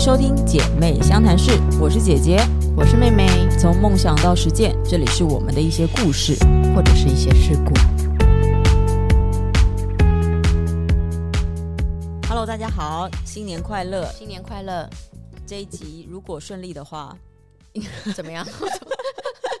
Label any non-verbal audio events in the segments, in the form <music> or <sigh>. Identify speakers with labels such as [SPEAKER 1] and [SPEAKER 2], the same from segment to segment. [SPEAKER 1] 收听《姐妹相谈室》，我是姐姐。
[SPEAKER 2] 我是妹妹，
[SPEAKER 1] 从梦想到实践，这里是我们的一些故事。
[SPEAKER 2] 或者是一些事故。
[SPEAKER 1] Hello，大家好，新年快乐！
[SPEAKER 2] 新年快乐！
[SPEAKER 1] 这一集如果顺利的 <laughs> 话，
[SPEAKER 2] 怎么 <laughs> 样？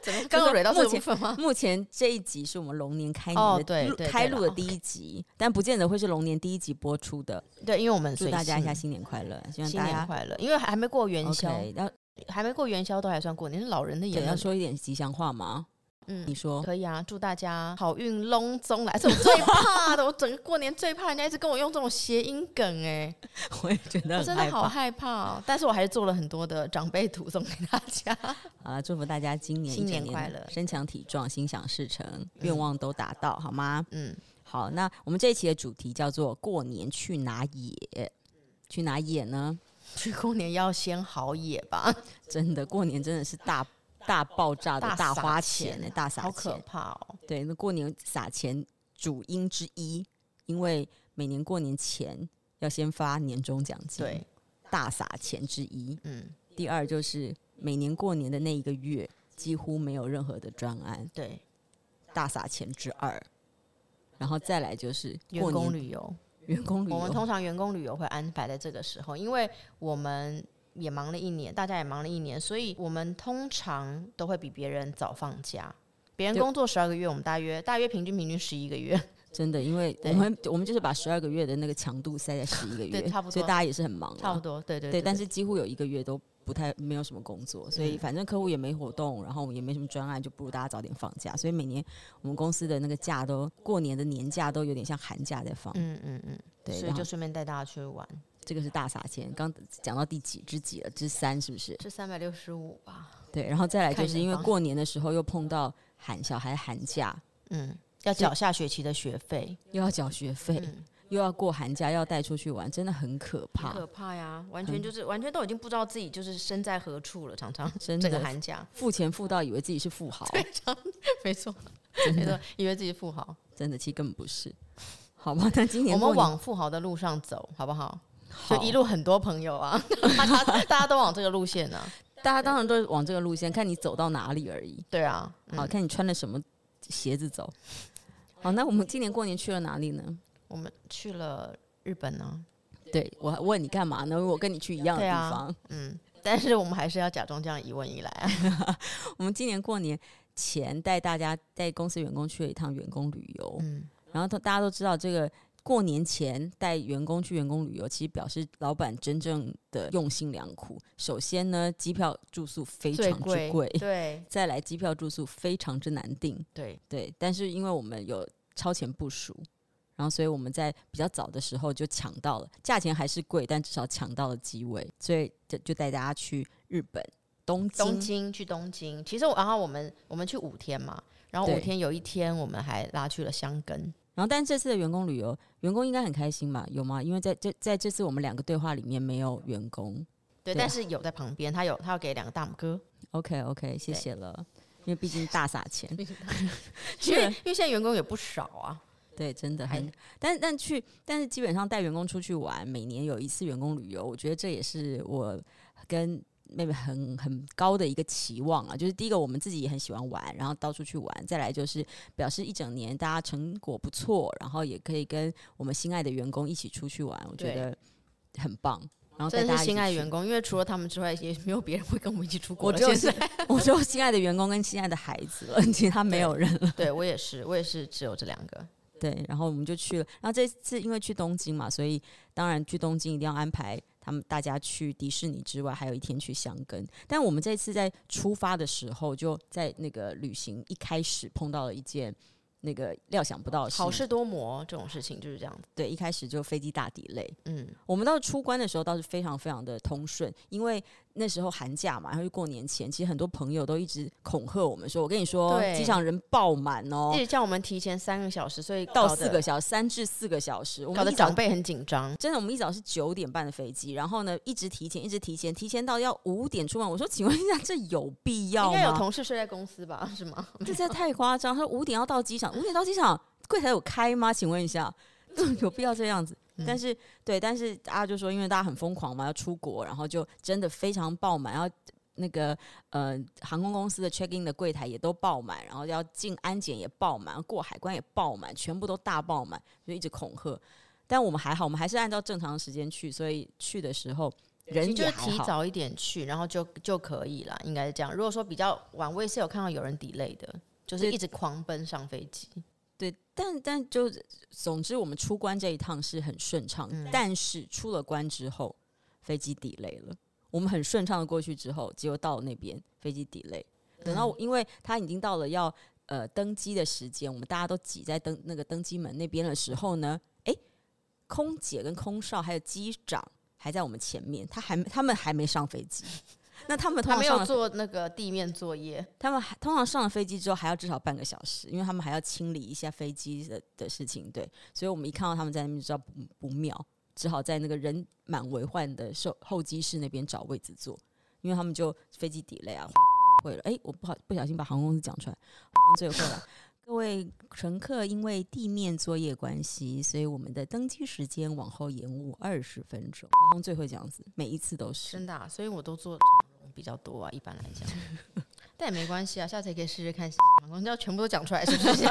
[SPEAKER 2] 怎么刚刚蕊到这个部分吗？
[SPEAKER 1] 目前这一集是我们龙年开年的、
[SPEAKER 2] 哦对对对
[SPEAKER 1] 开录的
[SPEAKER 2] 了
[SPEAKER 1] 第一集，但不见得会是龙年第一集播出的。
[SPEAKER 2] 对，因为我们
[SPEAKER 1] 祝
[SPEAKER 2] 随
[SPEAKER 1] 大家一
[SPEAKER 2] 性
[SPEAKER 1] 下嗯新年快乐，希望
[SPEAKER 2] 新
[SPEAKER 1] 大
[SPEAKER 2] 年
[SPEAKER 1] 家
[SPEAKER 2] 快乐，因为还没过元宵
[SPEAKER 1] OK。那
[SPEAKER 2] 还没过元宵都还算过年，是老人的
[SPEAKER 1] 也
[SPEAKER 2] 眼
[SPEAKER 1] 要
[SPEAKER 2] 泪。
[SPEAKER 1] 说一点吉祥话吗？你
[SPEAKER 2] 嗯，
[SPEAKER 1] 说，
[SPEAKER 2] 可以啊，祝大家好运隆中哎来，这我最怕的，我整个过年最怕人家一直跟我用这种谐音梗、
[SPEAKER 1] <laughs>
[SPEAKER 2] 哎
[SPEAKER 1] 我也觉得
[SPEAKER 2] 哎，我
[SPEAKER 1] 很
[SPEAKER 2] 真的
[SPEAKER 1] 害
[SPEAKER 2] 好
[SPEAKER 1] 怕
[SPEAKER 2] 害怕、哦。但是我还是做了很多的长辈图送给大家。
[SPEAKER 1] 啊！祝福大家今年一嗯
[SPEAKER 2] 新
[SPEAKER 1] 整
[SPEAKER 2] 年快乐
[SPEAKER 1] 身强体壮，心想事成，愿望都达到，好吗？
[SPEAKER 2] 嗯，
[SPEAKER 1] 好，那我们这一期的主题叫做“过年去哪野”，去哪野呢？
[SPEAKER 2] <laughs> 去过年要先好野吧，
[SPEAKER 1] 真的，过年真的是大大爆炸的
[SPEAKER 2] 大
[SPEAKER 1] 大
[SPEAKER 2] 撒
[SPEAKER 1] 花钱
[SPEAKER 2] 钱
[SPEAKER 1] 呢，大撒
[SPEAKER 2] 好可
[SPEAKER 1] 钱。
[SPEAKER 2] 怕哦。
[SPEAKER 1] 对，那过年撒钱主因之一，因为每年过年前要先发年终奖金，
[SPEAKER 2] 对，，
[SPEAKER 1] 大撒钱之一。
[SPEAKER 2] 嗯，
[SPEAKER 1] 第二就是每年过年的那一个月，几乎没有任何的专案，
[SPEAKER 2] 对，
[SPEAKER 1] 大撒钱之二。然后再来就是
[SPEAKER 2] 员
[SPEAKER 1] 过
[SPEAKER 2] 工
[SPEAKER 1] 年
[SPEAKER 2] 旅游。
[SPEAKER 1] 员工旅
[SPEAKER 2] 我们
[SPEAKER 1] 游，
[SPEAKER 2] 通常员工旅游会安排在这个时候，因为我们也忙了一年，大家也忙了一年，所以我们通常都会比别人早放假。别人
[SPEAKER 1] 对
[SPEAKER 2] 工作十二个月，我们大约大约平均平均十一个 <laughs> 月，
[SPEAKER 1] 真的，因为我
[SPEAKER 2] 对
[SPEAKER 1] 们我们就是把十二个月的那个强度塞在十一个
[SPEAKER 2] 对
[SPEAKER 1] 月，
[SPEAKER 2] 差不
[SPEAKER 1] 所以
[SPEAKER 2] 多
[SPEAKER 1] 大家也是很忙、啊，
[SPEAKER 2] 差不多。对对嗯
[SPEAKER 1] 对，但是几乎有一个月都不太没有什么工作，所以反正客户也没活动，然后也没什么专案，就不如大家早点放假。所以每年我们公司的那个假都过年的年假都有点像寒假在放，
[SPEAKER 2] 嗯嗯嗯，
[SPEAKER 1] 对，
[SPEAKER 2] 所以
[SPEAKER 1] 然后
[SPEAKER 2] 就顺便带大家去玩，
[SPEAKER 1] 这个是大撒钱。刚讲到第几之几了？之三是不是？
[SPEAKER 2] 这三百六十五吧，
[SPEAKER 1] 对，然后再来就
[SPEAKER 2] 看
[SPEAKER 1] 是
[SPEAKER 2] 远
[SPEAKER 1] 因为
[SPEAKER 2] 方
[SPEAKER 1] 过年的时候又碰到寒小孩寒假，
[SPEAKER 2] 嗯，要缴下学期的学费，
[SPEAKER 1] 又要缴学费，
[SPEAKER 2] 嗯，
[SPEAKER 1] 又要过寒假，又要带出去玩，真的很可
[SPEAKER 2] 很
[SPEAKER 1] 怕。
[SPEAKER 2] 可怕嗯呀，完全就是完全都已经不知道自己就是身在何处了，常常
[SPEAKER 1] 真
[SPEAKER 2] 整个
[SPEAKER 1] 的
[SPEAKER 2] 寒假，
[SPEAKER 1] 付钱付到以为自己是富豪，
[SPEAKER 2] <laughs> 没错，
[SPEAKER 1] 真
[SPEAKER 2] 没
[SPEAKER 1] 的
[SPEAKER 2] 错，以为自己富豪，
[SPEAKER 1] 真的，其实根本不是。好吧，那今年
[SPEAKER 2] 我
[SPEAKER 1] 过
[SPEAKER 2] 们
[SPEAKER 1] 年
[SPEAKER 2] 往富豪的路上走，好不好？
[SPEAKER 1] 好
[SPEAKER 2] 就一路很多朋
[SPEAKER 1] <laughs>
[SPEAKER 2] 友啊，大家大家都往这个路线呢、啊。
[SPEAKER 1] 大家当然都是往这个路线，看你走到哪里而已。
[SPEAKER 2] 对啊，嗯
[SPEAKER 1] 好，看你穿了什么鞋子走。好，那我们今年过年去了哪里呢？
[SPEAKER 2] 我们去了日本啊呢、
[SPEAKER 1] 对我还问你干嘛呢？我跟你去一样的地
[SPEAKER 2] 对啊
[SPEAKER 1] 方。 <laughs>
[SPEAKER 2] 嗯，但是我们还是要假装这样一问一来、啊。
[SPEAKER 1] 我们今年过年前带大家带公司员工去了一趟员工旅游， <laughs>
[SPEAKER 2] 嗯，
[SPEAKER 1] 然后都大家都知道这个。过年前带员工去员工旅游，其实表示老板真正的用心良苦。首先呢，机票住宿非
[SPEAKER 2] 最
[SPEAKER 1] 常之
[SPEAKER 2] 贵，
[SPEAKER 1] 贵， <laughs>
[SPEAKER 2] 对
[SPEAKER 1] 再来机票住宿非常之难订，
[SPEAKER 2] 对，
[SPEAKER 1] 对，但是因为我们有超前部署，然后所以我们在比较早的时候就抢到了，价钱还是贵，但至少抢到了机位，所以就就带大家去日本东京。
[SPEAKER 2] 东京去东京，其实我然后我们我们去五天嘛，然后
[SPEAKER 1] 对
[SPEAKER 2] 五天有一天我们还拉去了箱根，
[SPEAKER 1] 然后，但这次的员工旅游，员工应该很开心吧？有吗？因为在这在这次我们两个对话里面没有员工。
[SPEAKER 2] 对，
[SPEAKER 1] 对
[SPEAKER 2] 但是有在旁边，他有他要给两个大
[SPEAKER 1] <laughs>
[SPEAKER 2] 拇哥，
[SPEAKER 1] OK OK，谢
[SPEAKER 2] 对
[SPEAKER 1] 谢了。因为毕竟大撒
[SPEAKER 2] <laughs>
[SPEAKER 1] 钱，
[SPEAKER 2] 因为因为现在员工也不少啊，
[SPEAKER 1] 对，真的
[SPEAKER 2] 还
[SPEAKER 1] 很，但但去，但是基本上带员工出去玩，每年有一次员工旅游，我觉得这也是我跟妹妹很很高的一个期望啊。就是第一个，我们自己也很喜欢玩，然后到处去玩；再来就是表示一整年大家成果不错，然后也可以跟我们心爱的员工一起出去玩，我觉
[SPEAKER 2] 对
[SPEAKER 1] 得很棒。然后带
[SPEAKER 2] 真
[SPEAKER 1] 大
[SPEAKER 2] 的
[SPEAKER 1] 家
[SPEAKER 2] 是
[SPEAKER 1] 一起
[SPEAKER 2] 心爱的
[SPEAKER 1] 去
[SPEAKER 2] 员工，因为除了他们之外，也没有别人会跟我们一起出国
[SPEAKER 1] 我
[SPEAKER 2] 了。
[SPEAKER 1] 只有
[SPEAKER 2] 现在
[SPEAKER 1] 心，我只有心爱的员工跟心爱的孩子了，其他没有人了。
[SPEAKER 2] 对我也是，我也是只有这两个。
[SPEAKER 1] 对，然后我们就去了。然后这次因为去东京嘛，所以当然去东京一定要安排他们大家去迪士尼之外，还有一天去箱根。但我们这次在出发的时候，就在那个旅行一开始碰到了一件那个料想不到的事。
[SPEAKER 2] 好事多磨这种事情就是这样子。
[SPEAKER 1] 对，一开始就飞机大抵累。
[SPEAKER 2] 嗯，
[SPEAKER 1] 我们到出关的时候倒是非常非常的通顺，因为那时候寒假嘛，然后又过年前，其实很多朋友都一直恐吓我们说：“我跟你说，
[SPEAKER 2] 对
[SPEAKER 1] 机场人爆满哦
[SPEAKER 2] 一，直叫我们提前三个小时，所以
[SPEAKER 1] 到
[SPEAKER 2] 搞得
[SPEAKER 1] 四个，小时，三至四个小时。”我
[SPEAKER 2] 搞
[SPEAKER 1] 们
[SPEAKER 2] 得
[SPEAKER 1] 一早
[SPEAKER 2] 长辈很紧张。
[SPEAKER 1] 真的，我们一早是九点半的飞机，然后呢，一直提前，一直提前，提前到要五点出门。我说，请问一下，这有必要
[SPEAKER 2] 应
[SPEAKER 1] 吗？
[SPEAKER 2] 该有同事睡在公司吧？是吗？
[SPEAKER 1] 这实在太夸张。他说五点要到机场，五点到机场，柜台有开吗？请问一下，这有必要这样子？
[SPEAKER 2] 嗯
[SPEAKER 1] 但是对，但是大家就说，因为大家很疯狂嘛，要出国，然后就真的非常爆满，然后。那个呃，航空公司的 check in 的柜台也都爆满，然后要进安检也爆满，过海关也爆满，全部都大爆满，就一直恐吓。但我们还好，我们还是按照正常时间去，所以去的时候人
[SPEAKER 2] 其实
[SPEAKER 1] 也
[SPEAKER 2] 就是
[SPEAKER 1] 还
[SPEAKER 2] 提
[SPEAKER 1] 好。
[SPEAKER 2] 早一点去，然后就就可以了，应该是这样。如果说比较晚，我也是有看到有人 delay 的，就是
[SPEAKER 1] 对
[SPEAKER 2] 一直狂奔上飞机。
[SPEAKER 1] 对，但但就总之，我们出关这一趟是很顺畅，
[SPEAKER 2] 嗯
[SPEAKER 1] 但是出了关之后，飞机 delay 了。我们很顺畅的过去之后，结果到了那边飞机 delay，等
[SPEAKER 2] 嗯
[SPEAKER 1] 到、因为他已经到了要呃登机的时间，我们大家都挤在登那个登机门那边的时候呢，诶，空姐跟空少还有机长还在我们前面，他还没他们还没上飞机。那他们通
[SPEAKER 2] 他
[SPEAKER 1] 常
[SPEAKER 2] 没
[SPEAKER 1] 上
[SPEAKER 2] 有
[SPEAKER 1] 了
[SPEAKER 2] 做那个地面作业，
[SPEAKER 1] 他们还通常上了飞机之后还要至少半个小时，因为他们还要清理一下飞机的的事情，对，所以我们一看到他们在那边就知道不不妙，只好在那个人满为患的候候机室那边找位置坐，因为他们就飞机 delay 啊，会了，哎、我不好不小心把航空公司讲出来，最后了。各位乘客，因为地面作业关系，所以我们的登机时间往后延误二十分钟。航空最会这样子，每一次都是。
[SPEAKER 2] 真的啊、所以我都做长荣比较多啊，一般来 <laughs> 讲。但也没关系啊，下次也可以试试看。航空要全部都讲出来，是不是？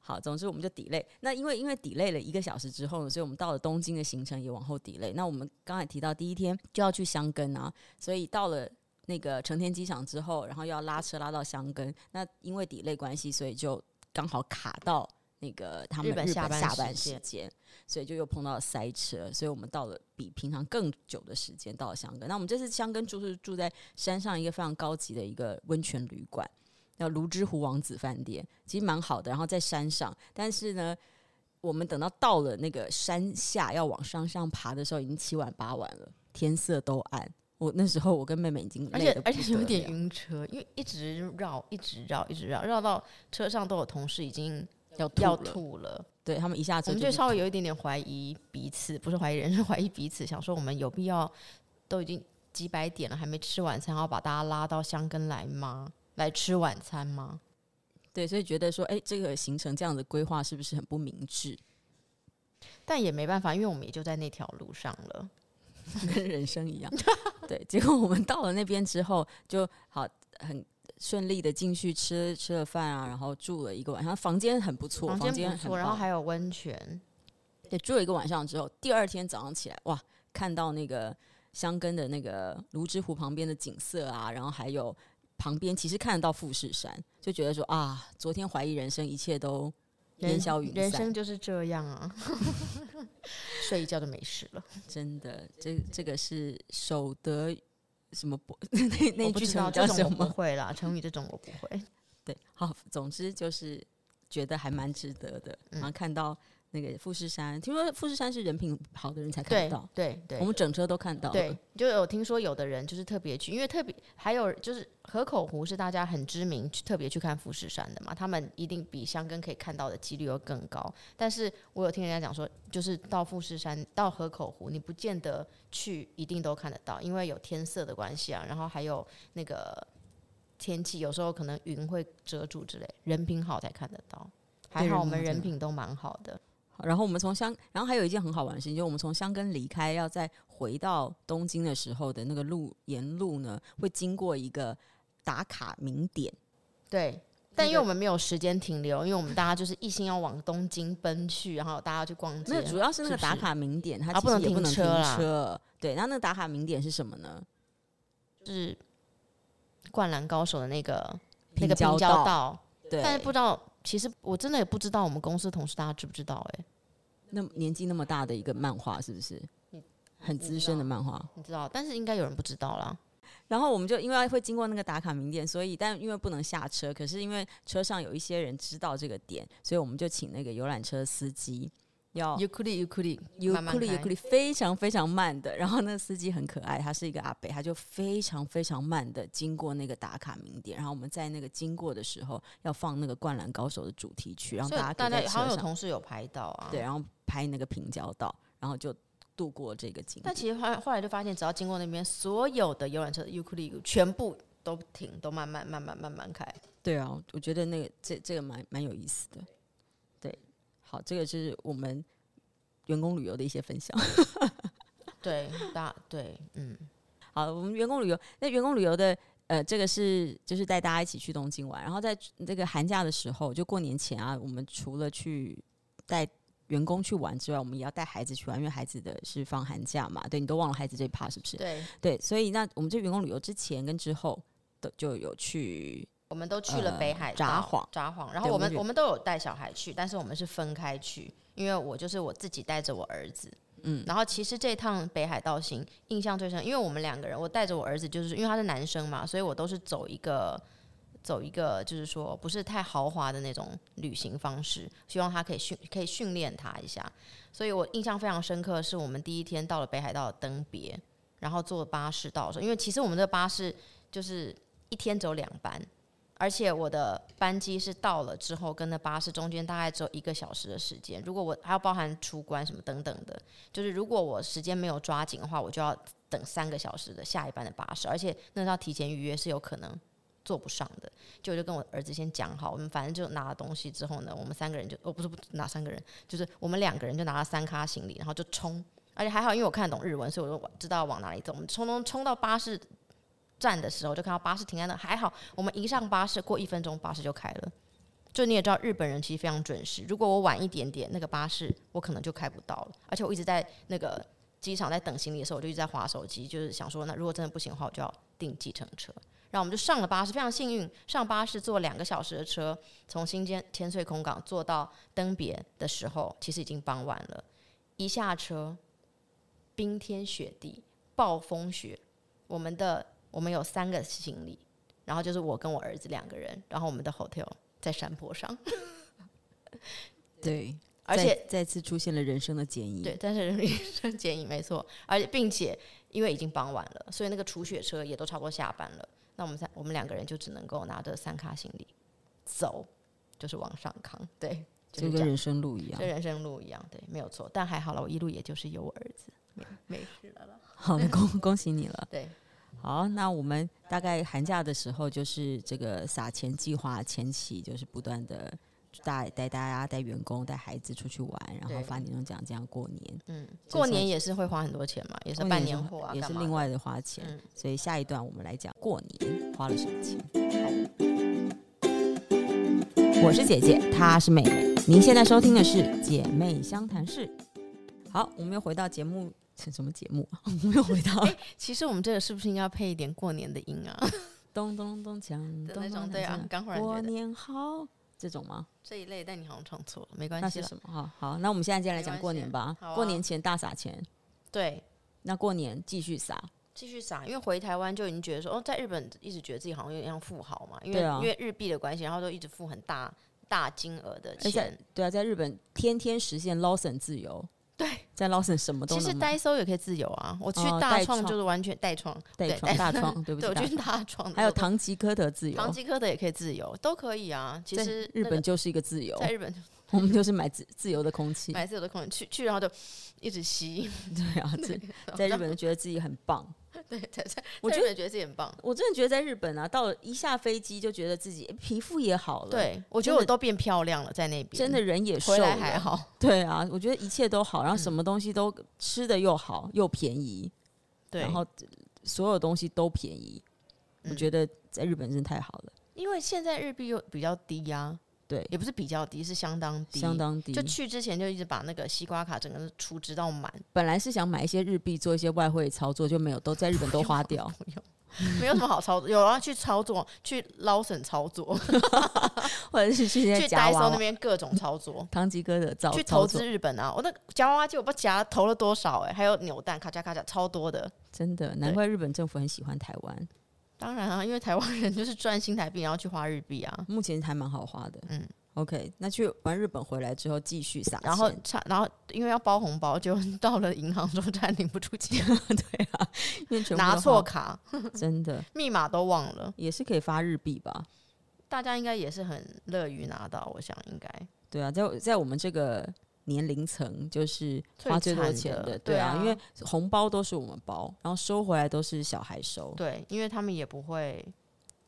[SPEAKER 1] 好，总之我们就 delay。那因为因为 delay 了一个小时之后呢，所以我们到了东京的行程也往后 delay。那我们刚才提到第一天就要去箱根啊，所以到了那个成田机场之后，然后又要拉车拉到箱根。那因为 delay 关系，所以就刚好卡到那个他们
[SPEAKER 2] 日本
[SPEAKER 1] 日
[SPEAKER 2] 下
[SPEAKER 1] 本
[SPEAKER 2] 班
[SPEAKER 1] 下
[SPEAKER 2] 时
[SPEAKER 1] 班
[SPEAKER 2] 间
[SPEAKER 1] 时间，所以就又碰到了塞车，所以我们到了比平常更久的时间到了箱根。那我们这次箱根住是住在山上一个非常高级的一个温泉旅馆。叫泸沽湖王子饭店，其实蛮好的。然后在山上，但是呢，我们等到到了那个山下要往山上爬的时候，已经七晚八晚了，天色都暗。我那时候我跟妹妹已经
[SPEAKER 2] 而
[SPEAKER 1] 累
[SPEAKER 2] 且
[SPEAKER 1] 得
[SPEAKER 2] 而
[SPEAKER 1] 不
[SPEAKER 2] 且有
[SPEAKER 1] 得
[SPEAKER 2] 点
[SPEAKER 1] 了
[SPEAKER 2] 晕车，因为一直绕，一直绕，一直绕，绕到车上都有同事已经
[SPEAKER 1] 要吐
[SPEAKER 2] 要
[SPEAKER 1] 了，
[SPEAKER 2] 吐了。
[SPEAKER 1] 对他们一下
[SPEAKER 2] 我
[SPEAKER 1] 车
[SPEAKER 2] 们
[SPEAKER 1] 就
[SPEAKER 2] 就是稍微有一点点怀疑彼此，不是怀疑人，是 <laughs> 怀疑彼此，想说我们有必要都已经几百点了还没吃晚餐，然后把大家拉到香根来吗？来吃晚餐吗？
[SPEAKER 1] 对，所以觉得说，哎、这个行程这样的规划是不是很不明智？
[SPEAKER 2] 但也没办法，因为我们也就在那条路上了。
[SPEAKER 1] 跟人生
[SPEAKER 2] <laughs>
[SPEAKER 1] 一样。对，结果我们到了那边之后，就好很顺利的进去吃吃了饭啊，然后住了一个晚上，房间很不错，
[SPEAKER 2] 房
[SPEAKER 1] 房
[SPEAKER 2] 间不
[SPEAKER 1] 很
[SPEAKER 2] 错，然后
[SPEAKER 1] 棒
[SPEAKER 2] 还有温泉，
[SPEAKER 1] 对，住了一个晚上之后，第二天早上起来，哇，看到那个香根的那个泸沽湖旁边的景色啊，然后还有旁边其实看得到富士山，就觉得说啊，昨天怀疑人生，一切都烟
[SPEAKER 2] 人
[SPEAKER 1] 消云
[SPEAKER 2] 人
[SPEAKER 1] 散
[SPEAKER 2] 生，就是这
[SPEAKER 1] <laughs>
[SPEAKER 2] 样啊， <laughs> 睡一觉就没事了。
[SPEAKER 1] 真的，这这个是守得什么不？ <laughs> 那那
[SPEAKER 2] 我
[SPEAKER 1] 一
[SPEAKER 2] 不
[SPEAKER 1] 句
[SPEAKER 2] 知
[SPEAKER 1] 成
[SPEAKER 2] 道
[SPEAKER 1] 语叫
[SPEAKER 2] 这种
[SPEAKER 1] 什
[SPEAKER 2] 我不
[SPEAKER 1] 么？
[SPEAKER 2] 会啦，成语这种我不会。
[SPEAKER 1] 对，好，总之就是觉得还蛮值得的。
[SPEAKER 2] 嗯
[SPEAKER 1] 然后看到那个富士山，听说富士山是人品好的人才看
[SPEAKER 2] 对
[SPEAKER 1] 得到，
[SPEAKER 2] 对对，
[SPEAKER 1] 我们整车都看到了。
[SPEAKER 2] 对，就有听说有的人就是特别去，因为特别还有就是河口湖是大家很知名，去特别去看富士山的嘛，他们一定比香根可以看到的几率又更高。但是我有听人家讲说，就是到富士山、到河口湖，你不见得去一定都看得到，因为有天色的关系啊，然后还有那个天气，有时候可能云会遮住之类，人品好才看得到。还
[SPEAKER 1] 对
[SPEAKER 2] 好我
[SPEAKER 1] 人
[SPEAKER 2] 们
[SPEAKER 1] 品好
[SPEAKER 2] 人
[SPEAKER 1] 真的
[SPEAKER 2] 品都蛮好的，
[SPEAKER 1] 好然后我们从香，然后还有一件很好玩的事情，就是我们从香根离开，要再回到东京的时候的那个路沿路呢，会经过一个打卡名点。
[SPEAKER 2] 对，但因为我们没有时间停留，因为我们大家就是一心要往东京奔去，然后大家去逛街。
[SPEAKER 1] 那主要是那
[SPEAKER 2] 是
[SPEAKER 1] 个
[SPEAKER 2] 不
[SPEAKER 1] 打
[SPEAKER 2] 是
[SPEAKER 1] 卡名点，它
[SPEAKER 2] 啊
[SPEAKER 1] 其
[SPEAKER 2] 不
[SPEAKER 1] 实
[SPEAKER 2] 能
[SPEAKER 1] 也不
[SPEAKER 2] 停
[SPEAKER 1] 能停
[SPEAKER 2] 车啦
[SPEAKER 1] 车。对，那那打卡名点是什么呢？
[SPEAKER 2] 是《灌篮高手》的那个那
[SPEAKER 1] 平
[SPEAKER 2] 个
[SPEAKER 1] 交
[SPEAKER 2] 平交
[SPEAKER 1] 道
[SPEAKER 2] 道，
[SPEAKER 1] 对，
[SPEAKER 2] 但是不知道，其实我真的也不知道我们公司同事大家知不知道、哎，
[SPEAKER 1] 那么年纪那么大的一个漫画，是不是？很资深的漫画。
[SPEAKER 2] 你嗯知道，但是应该有人不知道啦。
[SPEAKER 1] 然后我们就因为会经过那个打卡名店，所以但因为不能下车，可是因为车上有一些人知道这个点，所以我们就请那个游览车司机要
[SPEAKER 2] 尤克里尤克里
[SPEAKER 1] 尤
[SPEAKER 2] 慢慢
[SPEAKER 1] 克里尤
[SPEAKER 2] 来
[SPEAKER 1] 克里非常非常慢的，然后那个司机很可爱，他是一个阿北，他就非常非常慢的经过那个打卡名点，然后我们在那个经过的时候要放那个《灌篮高手》的主题曲，让
[SPEAKER 2] 所以
[SPEAKER 1] 大
[SPEAKER 2] 大
[SPEAKER 1] 家可以
[SPEAKER 2] 家
[SPEAKER 1] 在
[SPEAKER 2] 好像
[SPEAKER 1] 车
[SPEAKER 2] 有
[SPEAKER 1] 上
[SPEAKER 2] 同事有拍到啊。
[SPEAKER 1] 对，。然后拍那个平交道，然后就度过这个景点
[SPEAKER 2] 但。其实后来后来就发现，只要经过那边，所有的游览车尤克里全部都停，都慢慢慢慢慢慢开。
[SPEAKER 1] 对啊，我觉得那个这这个蛮蛮有意思的。对，好，这个就是我们员工旅游的一些分享。
[SPEAKER 2] 对，大对，嗯，
[SPEAKER 1] 好，我们员工旅游，那员工旅游的呃，这个是就是带大家一起去东京玩，然后在这个寒假的时候，就过年前啊，我们除了去带员工去玩之外，我们也要带孩子去玩，因为孩子的是放寒假嘛，对你都忘了孩子这一趴是不是？
[SPEAKER 2] 对，
[SPEAKER 1] 对，所以那我们这员工旅游之前跟之后都就有去，
[SPEAKER 2] 我们都去了
[SPEAKER 1] 呃
[SPEAKER 2] 北海道、
[SPEAKER 1] 札幌
[SPEAKER 2] 札幌，然
[SPEAKER 1] 对
[SPEAKER 2] 后我
[SPEAKER 1] 我们
[SPEAKER 2] 们
[SPEAKER 1] 就
[SPEAKER 2] 我们都有带小孩去，但是我们是分开去，因为我就是我自己带着我儿子。嗯，然后其实这趟北海道行印象最深，因为我们两个人，我带着我儿子，就是因为他是男生嘛，所以我都是走一个走一个，就是说不是太豪华的那种旅行方式，希望他可以训可以训练他一下。所以我印象非常深刻，是我们第一天到了北海道的登别，然后坐巴士到的时候，因为其实我们的巴士就是一天只有两班，而且我的班机是到了之后跟那巴士中间大概只有一个小时的时间，如果我还要包含出关什么等等的，就是如果我时间没有抓紧的话，我就要等三个小时的下一班的巴士，而且那是要提前预约，是有可能。坐不上的，就我就跟我儿子先讲好，我们反正就拿了东西之后呢，我们三个人就，哦不是不是哪三个人，就是我们两个人就拿了三咖行李，然后就冲，而且还好，因为我看得懂日文，所以我就知道往哪里走。我们冲冲冲到巴士站的时候，就看到巴士停在那，还好我们一上巴士，过一分钟巴士就开了。就你也知道，日本人其实非常准时。如果我晚一点点，那个巴士我可能就开不到了。而且我一直在那个机场在等行李的时候，我就一直在划手机，就是想说，那如果真的不行的话，我就要订计程车。然后我们就上了巴士，非常幸运，上巴士坐两个小时的车，从新千千岁空港坐到登别的时候，其实已经傍晚了。一下车，冰天雪地，暴风雪。我们的我们有三个行李，然后就是我跟我儿子两个人，然后我们的 hotel 在山坡上，
[SPEAKER 1] 对，
[SPEAKER 2] 而
[SPEAKER 1] 再
[SPEAKER 2] 且
[SPEAKER 1] 再次出现了人生的剪影。
[SPEAKER 2] 对，但是人生剪影没错，而且并且因为已经傍晚了，所以那个除雪车也都差不多下班了。那我们三我们两个人就只能够拿着三卡行李走，就是往上扛，对，就
[SPEAKER 1] 就是
[SPEAKER 2] 这
[SPEAKER 1] 跟
[SPEAKER 2] 样，
[SPEAKER 1] 人生路一样
[SPEAKER 2] 跟。人生路一样，对，没有错。但还好了，我一路也就是有我儿子，没没事了啦。 <laughs>
[SPEAKER 1] 好，那恭恭喜你了。
[SPEAKER 2] 对，
[SPEAKER 1] 好，那我们大概寒假的时候，就是这个撒钱计划前期，就是不断的带带大家、带员工、带孩子出去玩，然后
[SPEAKER 2] 对
[SPEAKER 1] 发年终奖，这样过年。
[SPEAKER 2] 嗯，
[SPEAKER 1] 就
[SPEAKER 2] 过
[SPEAKER 1] 算
[SPEAKER 2] 年也是会花很多钱嘛，也是
[SPEAKER 1] 过
[SPEAKER 2] 办
[SPEAKER 1] 也
[SPEAKER 2] 年
[SPEAKER 1] 是
[SPEAKER 2] 货啊，
[SPEAKER 1] 也
[SPEAKER 2] 干
[SPEAKER 1] 是
[SPEAKER 2] 嘛
[SPEAKER 1] 另
[SPEAKER 2] 的
[SPEAKER 1] 外的花钱。
[SPEAKER 2] 嗯
[SPEAKER 1] 所以下一段我们来讲过年花了什么钱。我是姐姐，她是妹妹。您现在收听的是《姐妹相谈室》。好，我们又回到节目， <laughs> 什么节目啊？我们又回
[SPEAKER 2] <laughs>
[SPEAKER 1] 到
[SPEAKER 2] 其实我们这个是不是应该配一点过年的音啊？
[SPEAKER 1] 咚咚咚锵，
[SPEAKER 2] 的
[SPEAKER 1] 咚
[SPEAKER 2] 那
[SPEAKER 1] 咚
[SPEAKER 2] 种，对啊
[SPEAKER 1] 锵，
[SPEAKER 2] 刚忽然
[SPEAKER 1] 过
[SPEAKER 2] 觉得
[SPEAKER 1] 年好这种吗？
[SPEAKER 2] 这一类，但你好像唱错了，没关
[SPEAKER 1] 那
[SPEAKER 2] 系
[SPEAKER 1] 是
[SPEAKER 2] 了。
[SPEAKER 1] 什么？好好，那我们现在接下来
[SPEAKER 2] 没
[SPEAKER 1] 讲
[SPEAKER 2] 关
[SPEAKER 1] 过
[SPEAKER 2] 系
[SPEAKER 1] 年吧。
[SPEAKER 2] 好啊
[SPEAKER 1] 过年前大撒钱，
[SPEAKER 2] 对，
[SPEAKER 1] 那过年继续撒。
[SPEAKER 2] 继续撒，因为回台湾就已经觉得说，哦，在日本一直觉得自己好像有点像富豪嘛，因为、
[SPEAKER 1] 对啊
[SPEAKER 2] 因为日币的关系，然后都一直付很大大金额的
[SPEAKER 1] 而且
[SPEAKER 2] 钱。
[SPEAKER 1] 对啊，在日本天天实现 Lawson 自由，
[SPEAKER 2] <laughs> 对，
[SPEAKER 1] 在 Lawson 什么都
[SPEAKER 2] 其实
[SPEAKER 1] 能买，
[SPEAKER 2] 代收也可以自由啊，我去
[SPEAKER 1] 哦
[SPEAKER 2] 大
[SPEAKER 1] 代
[SPEAKER 2] 创
[SPEAKER 1] 创
[SPEAKER 2] 就是完全代创，
[SPEAKER 1] 带
[SPEAKER 2] 对哎
[SPEAKER 1] 创大创，
[SPEAKER 2] <laughs>
[SPEAKER 1] 对不
[SPEAKER 2] 对我
[SPEAKER 1] 起，大
[SPEAKER 2] 去
[SPEAKER 1] 创
[SPEAKER 2] 大创的时候，
[SPEAKER 1] 还有唐吉诃德自由，
[SPEAKER 2] 唐吉诃德也可以自由，都可以啊。其
[SPEAKER 1] 在
[SPEAKER 2] 实、那
[SPEAKER 1] 日
[SPEAKER 2] 个
[SPEAKER 1] 本就是一个自由，
[SPEAKER 2] 在日本就
[SPEAKER 1] 我们就是买自自由的空气，
[SPEAKER 2] 买自由的空间去去，然后就一直吸，
[SPEAKER 1] 对啊，这在日本
[SPEAKER 2] <laughs>
[SPEAKER 1] 就觉得自己很棒。
[SPEAKER 2] 对，在在
[SPEAKER 1] 我
[SPEAKER 2] 在
[SPEAKER 1] 觉
[SPEAKER 2] 日本觉得自己很棒。
[SPEAKER 1] 我真的觉得在日本啊，到了一下飞机就觉得自己诶哎皮肤也好了，，
[SPEAKER 2] 对，我觉
[SPEAKER 1] 真
[SPEAKER 2] 得我
[SPEAKER 1] 的
[SPEAKER 2] 都变漂亮了，在那边
[SPEAKER 1] 真的人也瘦
[SPEAKER 2] 回来
[SPEAKER 1] 了，
[SPEAKER 2] 还好。
[SPEAKER 1] 对啊，我觉得一切都好，然
[SPEAKER 2] 嗯
[SPEAKER 1] 后什么东西都吃的又好又便宜，
[SPEAKER 2] 对，
[SPEAKER 1] 然后所有东西都便宜，我
[SPEAKER 2] 嗯
[SPEAKER 1] 觉得在日本真的太好了，
[SPEAKER 2] 因为现在日币又比较低呀、
[SPEAKER 1] 对，
[SPEAKER 2] 也不是比较低，是相当低，
[SPEAKER 1] 相当低
[SPEAKER 2] 就。去之前就一直把那个西瓜卡整个储值到满，
[SPEAKER 1] 本来是想买一些日币做一些外汇操作，就没有都在日本都花
[SPEAKER 2] <laughs>
[SPEAKER 1] 掉。
[SPEAKER 2] 没有什么好操作。有啊，去操作，去 Lawson 操作，
[SPEAKER 1] 或者是去一些
[SPEAKER 2] 去
[SPEAKER 1] 夹
[SPEAKER 2] Daiso
[SPEAKER 1] 娃
[SPEAKER 2] 那
[SPEAKER 1] 娃、
[SPEAKER 2] 边各种操作，
[SPEAKER 1] 唐吉诃德造
[SPEAKER 2] 去
[SPEAKER 1] 操
[SPEAKER 2] 投
[SPEAKER 1] 作
[SPEAKER 2] 资，日本啊。我那个夹娃娃机我不知道夹投了多少哎、还有扭蛋，咔嚓咔嚓，超多的。
[SPEAKER 1] 真的难
[SPEAKER 2] 对
[SPEAKER 1] 怪日本政府很喜欢台湾。
[SPEAKER 2] 当然啊，因为台湾人就是赚新台币，然后去花日币啊。
[SPEAKER 1] 目前还蛮好花的，嗯
[SPEAKER 2] 嗯。
[SPEAKER 1] OK，那去完日本回来之后继续撒钱，
[SPEAKER 2] 然后差，然后因为要包红包，就 <laughs> 到了银行之后差点领不出钱，
[SPEAKER 1] 对啊，因为全部都
[SPEAKER 2] 拿
[SPEAKER 1] 花
[SPEAKER 2] 错，卡，
[SPEAKER 1] 真的
[SPEAKER 2] 密码都忘了。
[SPEAKER 1] 也是可以发日币吧？
[SPEAKER 2] 大家应该也是很乐于拿到，我想应该
[SPEAKER 1] 对啊，在在我们这个年龄层，就是
[SPEAKER 2] 最
[SPEAKER 1] 花最多
[SPEAKER 2] 惨
[SPEAKER 1] 钱对
[SPEAKER 2] 的对
[SPEAKER 1] 啊，
[SPEAKER 2] 啊
[SPEAKER 1] 因为红包都是我们包，然后收回来都是小孩收，
[SPEAKER 2] 对，因为他们也不会，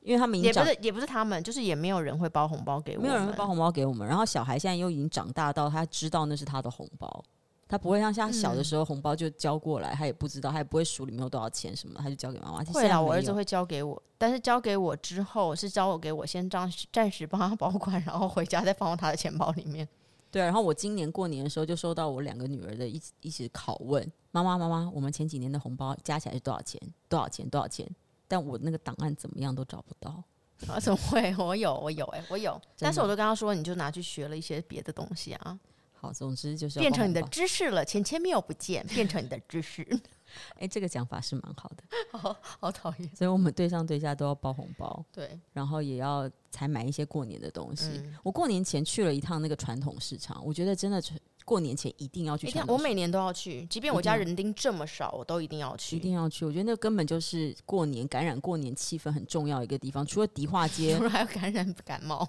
[SPEAKER 1] 因为他们已
[SPEAKER 2] 也
[SPEAKER 1] 经
[SPEAKER 2] 不
[SPEAKER 1] 长，
[SPEAKER 2] 是也不是他们，就是也没有人会包红包给我
[SPEAKER 1] 没
[SPEAKER 2] 们，
[SPEAKER 1] 有人会包红包给我们，然后小孩现在又已经长大到他知道那是他的红包，他不会像像
[SPEAKER 2] 嗯
[SPEAKER 1] 小的时候红包就交过来，他也不知道，他也不会数里面有多少钱什么，他就交给妈妈。其实
[SPEAKER 2] 会
[SPEAKER 1] 现在
[SPEAKER 2] 啦，我
[SPEAKER 1] 没
[SPEAKER 2] 儿子
[SPEAKER 1] 有
[SPEAKER 2] 会交给我，但是交给我之后是交我给我先暂暂时帮他保管，然后回家再放到他的钱包里面。 <laughs>
[SPEAKER 1] 对啊。然后我今年过年的时候就收到我两个女儿的一起一起拷问：妈妈，妈妈，我们前几年的红包加起来是多少钱？多少钱？多少钱？但我那个档案怎么样都找不到。
[SPEAKER 2] 啊，怎么会？ <laughs> 我有，我有、欸，哎，我有。但是
[SPEAKER 1] 的
[SPEAKER 2] 我都跟他说，你就拿去学了一些别的东西啊，
[SPEAKER 1] 好，总之就是要
[SPEAKER 2] 变
[SPEAKER 1] 包
[SPEAKER 2] 成
[SPEAKER 1] 红
[SPEAKER 2] 你的
[SPEAKER 1] 包
[SPEAKER 2] 知识了。钱钱没有不见，变成你的知识。 <laughs>
[SPEAKER 1] 哎，这个讲法是蛮好的。
[SPEAKER 2] 好好讨厌。
[SPEAKER 1] 所以我们对上对下都要包红包，
[SPEAKER 2] 对，
[SPEAKER 1] 然后也要才买一些过年的东西。
[SPEAKER 2] 嗯
[SPEAKER 1] 我过年前去了一趟那个传统市场，我觉得真的是过年前一定要去
[SPEAKER 2] 一定
[SPEAKER 1] 传
[SPEAKER 2] 要
[SPEAKER 1] 统
[SPEAKER 2] 哎我
[SPEAKER 1] 市场。
[SPEAKER 2] 每年都要去，即便
[SPEAKER 1] 一
[SPEAKER 2] 我
[SPEAKER 1] 定要
[SPEAKER 2] 家人丁这么少，我都一定要去。
[SPEAKER 1] 一定要去，我觉得那根本就是过年感染过年气氛很重要一个地方。除了迪化街
[SPEAKER 2] <laughs> 不，然还要感染感冒。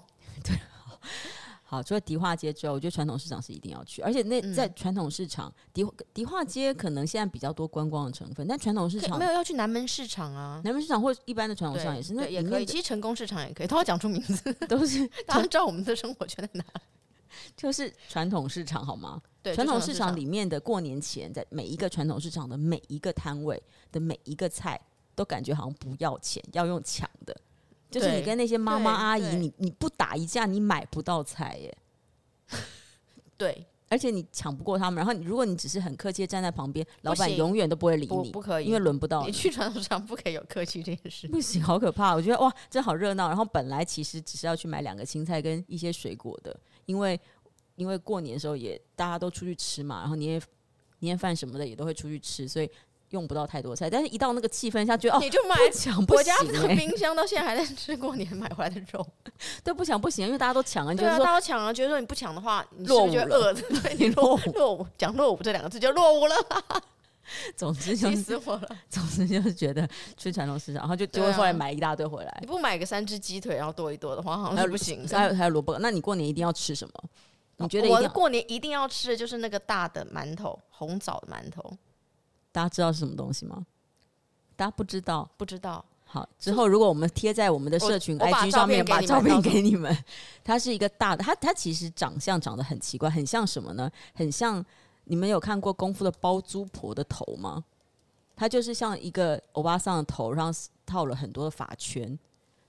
[SPEAKER 1] 好，除了迪化街之外，我觉得传统市场是一定要去。而且那
[SPEAKER 2] 嗯
[SPEAKER 1] 在传统市场，迪迪化街可能现在比较多观光的成分，但传统市
[SPEAKER 2] 可以
[SPEAKER 1] 场
[SPEAKER 2] 没有要去南门市场啊。
[SPEAKER 1] 南门市场或一般的传统市场
[SPEAKER 2] 对，
[SPEAKER 1] 也是，那
[SPEAKER 2] 对也
[SPEAKER 1] 里
[SPEAKER 2] 可
[SPEAKER 1] 面
[SPEAKER 2] 以，其实成功市场也可以，都要讲出名字，
[SPEAKER 1] 的都是
[SPEAKER 2] 大家知道我们的生活圈在
[SPEAKER 1] <laughs>
[SPEAKER 2] 哪。
[SPEAKER 1] 就是传统市场好吗？
[SPEAKER 2] 对，
[SPEAKER 1] 传
[SPEAKER 2] 就
[SPEAKER 1] 统
[SPEAKER 2] 市
[SPEAKER 1] 市场里面的过年前，在每一个传统市场的每一个摊位的每一个菜，都感觉好像不要钱，要用抢的。就是你
[SPEAKER 2] 对
[SPEAKER 1] 跟那些妈妈
[SPEAKER 2] 对
[SPEAKER 1] 阿姨，
[SPEAKER 2] 对
[SPEAKER 1] 你你不打一架，你买不到菜耶，
[SPEAKER 2] 对，
[SPEAKER 1] 而且你抢不过他们。然后你如果你只是很客气的站在旁边，老板
[SPEAKER 2] 行
[SPEAKER 1] 永远都不会理
[SPEAKER 2] 不
[SPEAKER 1] 你，
[SPEAKER 2] 不可以，
[SPEAKER 1] 因为轮不到
[SPEAKER 2] 你
[SPEAKER 1] 你。
[SPEAKER 2] 去传统市场不可以有客气这件
[SPEAKER 1] <laughs>
[SPEAKER 2] 事。
[SPEAKER 1] 不行，好可怕！我觉得哇，真好热闹。然后本来其实只是要去买两个青菜跟一些水果的，因为因为过年的时候也大家都出去吃嘛，然后年夜年夜饭什么的也都会出去吃，所以用不到太多菜。但是一到那个气氛下，觉得哦，
[SPEAKER 2] 你就买
[SPEAKER 1] 不 <laughs> 抢不
[SPEAKER 2] 我
[SPEAKER 1] 行
[SPEAKER 2] 家的
[SPEAKER 1] 欸、 <laughs>
[SPEAKER 2] 冰箱到现在还在吃过年买回来的肉，
[SPEAKER 1] 对，不抢不行，因为大家都抢啊，你就
[SPEAKER 2] 对
[SPEAKER 1] 是
[SPEAKER 2] 啊，
[SPEAKER 1] 说
[SPEAKER 2] 大家抢啊，觉得说你不抢的话，你是
[SPEAKER 1] 落伍
[SPEAKER 2] 不是就会
[SPEAKER 1] 了
[SPEAKER 2] 饿的？ <laughs> 对你
[SPEAKER 1] 落
[SPEAKER 2] 落
[SPEAKER 1] 伍
[SPEAKER 2] 落伍，讲落伍这两个字就落伍了，
[SPEAKER 1] 总之就
[SPEAKER 2] 气
[SPEAKER 1] 是
[SPEAKER 2] 死我
[SPEAKER 1] <laughs>
[SPEAKER 2] 了！
[SPEAKER 1] 总之就是觉得去传统市场，然后就就
[SPEAKER 2] 对
[SPEAKER 1] 会
[SPEAKER 2] 啊
[SPEAKER 1] 后来买一大堆回来
[SPEAKER 2] 你，不买个三只鸡腿，然后剁一剁的话，好
[SPEAKER 1] 还有
[SPEAKER 2] 像哦是不行的。
[SPEAKER 1] 还有还有萝卜。那你过年一定要吃什么？你觉得一定
[SPEAKER 2] 我
[SPEAKER 1] 要
[SPEAKER 2] 过年一定要吃的就是那个大的馒头，红枣馒头，
[SPEAKER 1] 大家知道是什么东西吗？大家不知道，
[SPEAKER 2] 不知道
[SPEAKER 1] 好，之后如果我们贴在我们的社群
[SPEAKER 2] 我我把
[SPEAKER 1] IG
[SPEAKER 2] 照
[SPEAKER 1] 上
[SPEAKER 2] 片
[SPEAKER 1] 面，把
[SPEAKER 2] 给你们
[SPEAKER 1] 照片
[SPEAKER 2] 到时候
[SPEAKER 1] 给你们。 <laughs> 它是一个大的，它它其实长相长得很奇怪，很像什么呢？很像你们有看过功夫的包租婆的头吗？它就是像一个欧巴桑的头，然后套了很多的发圈，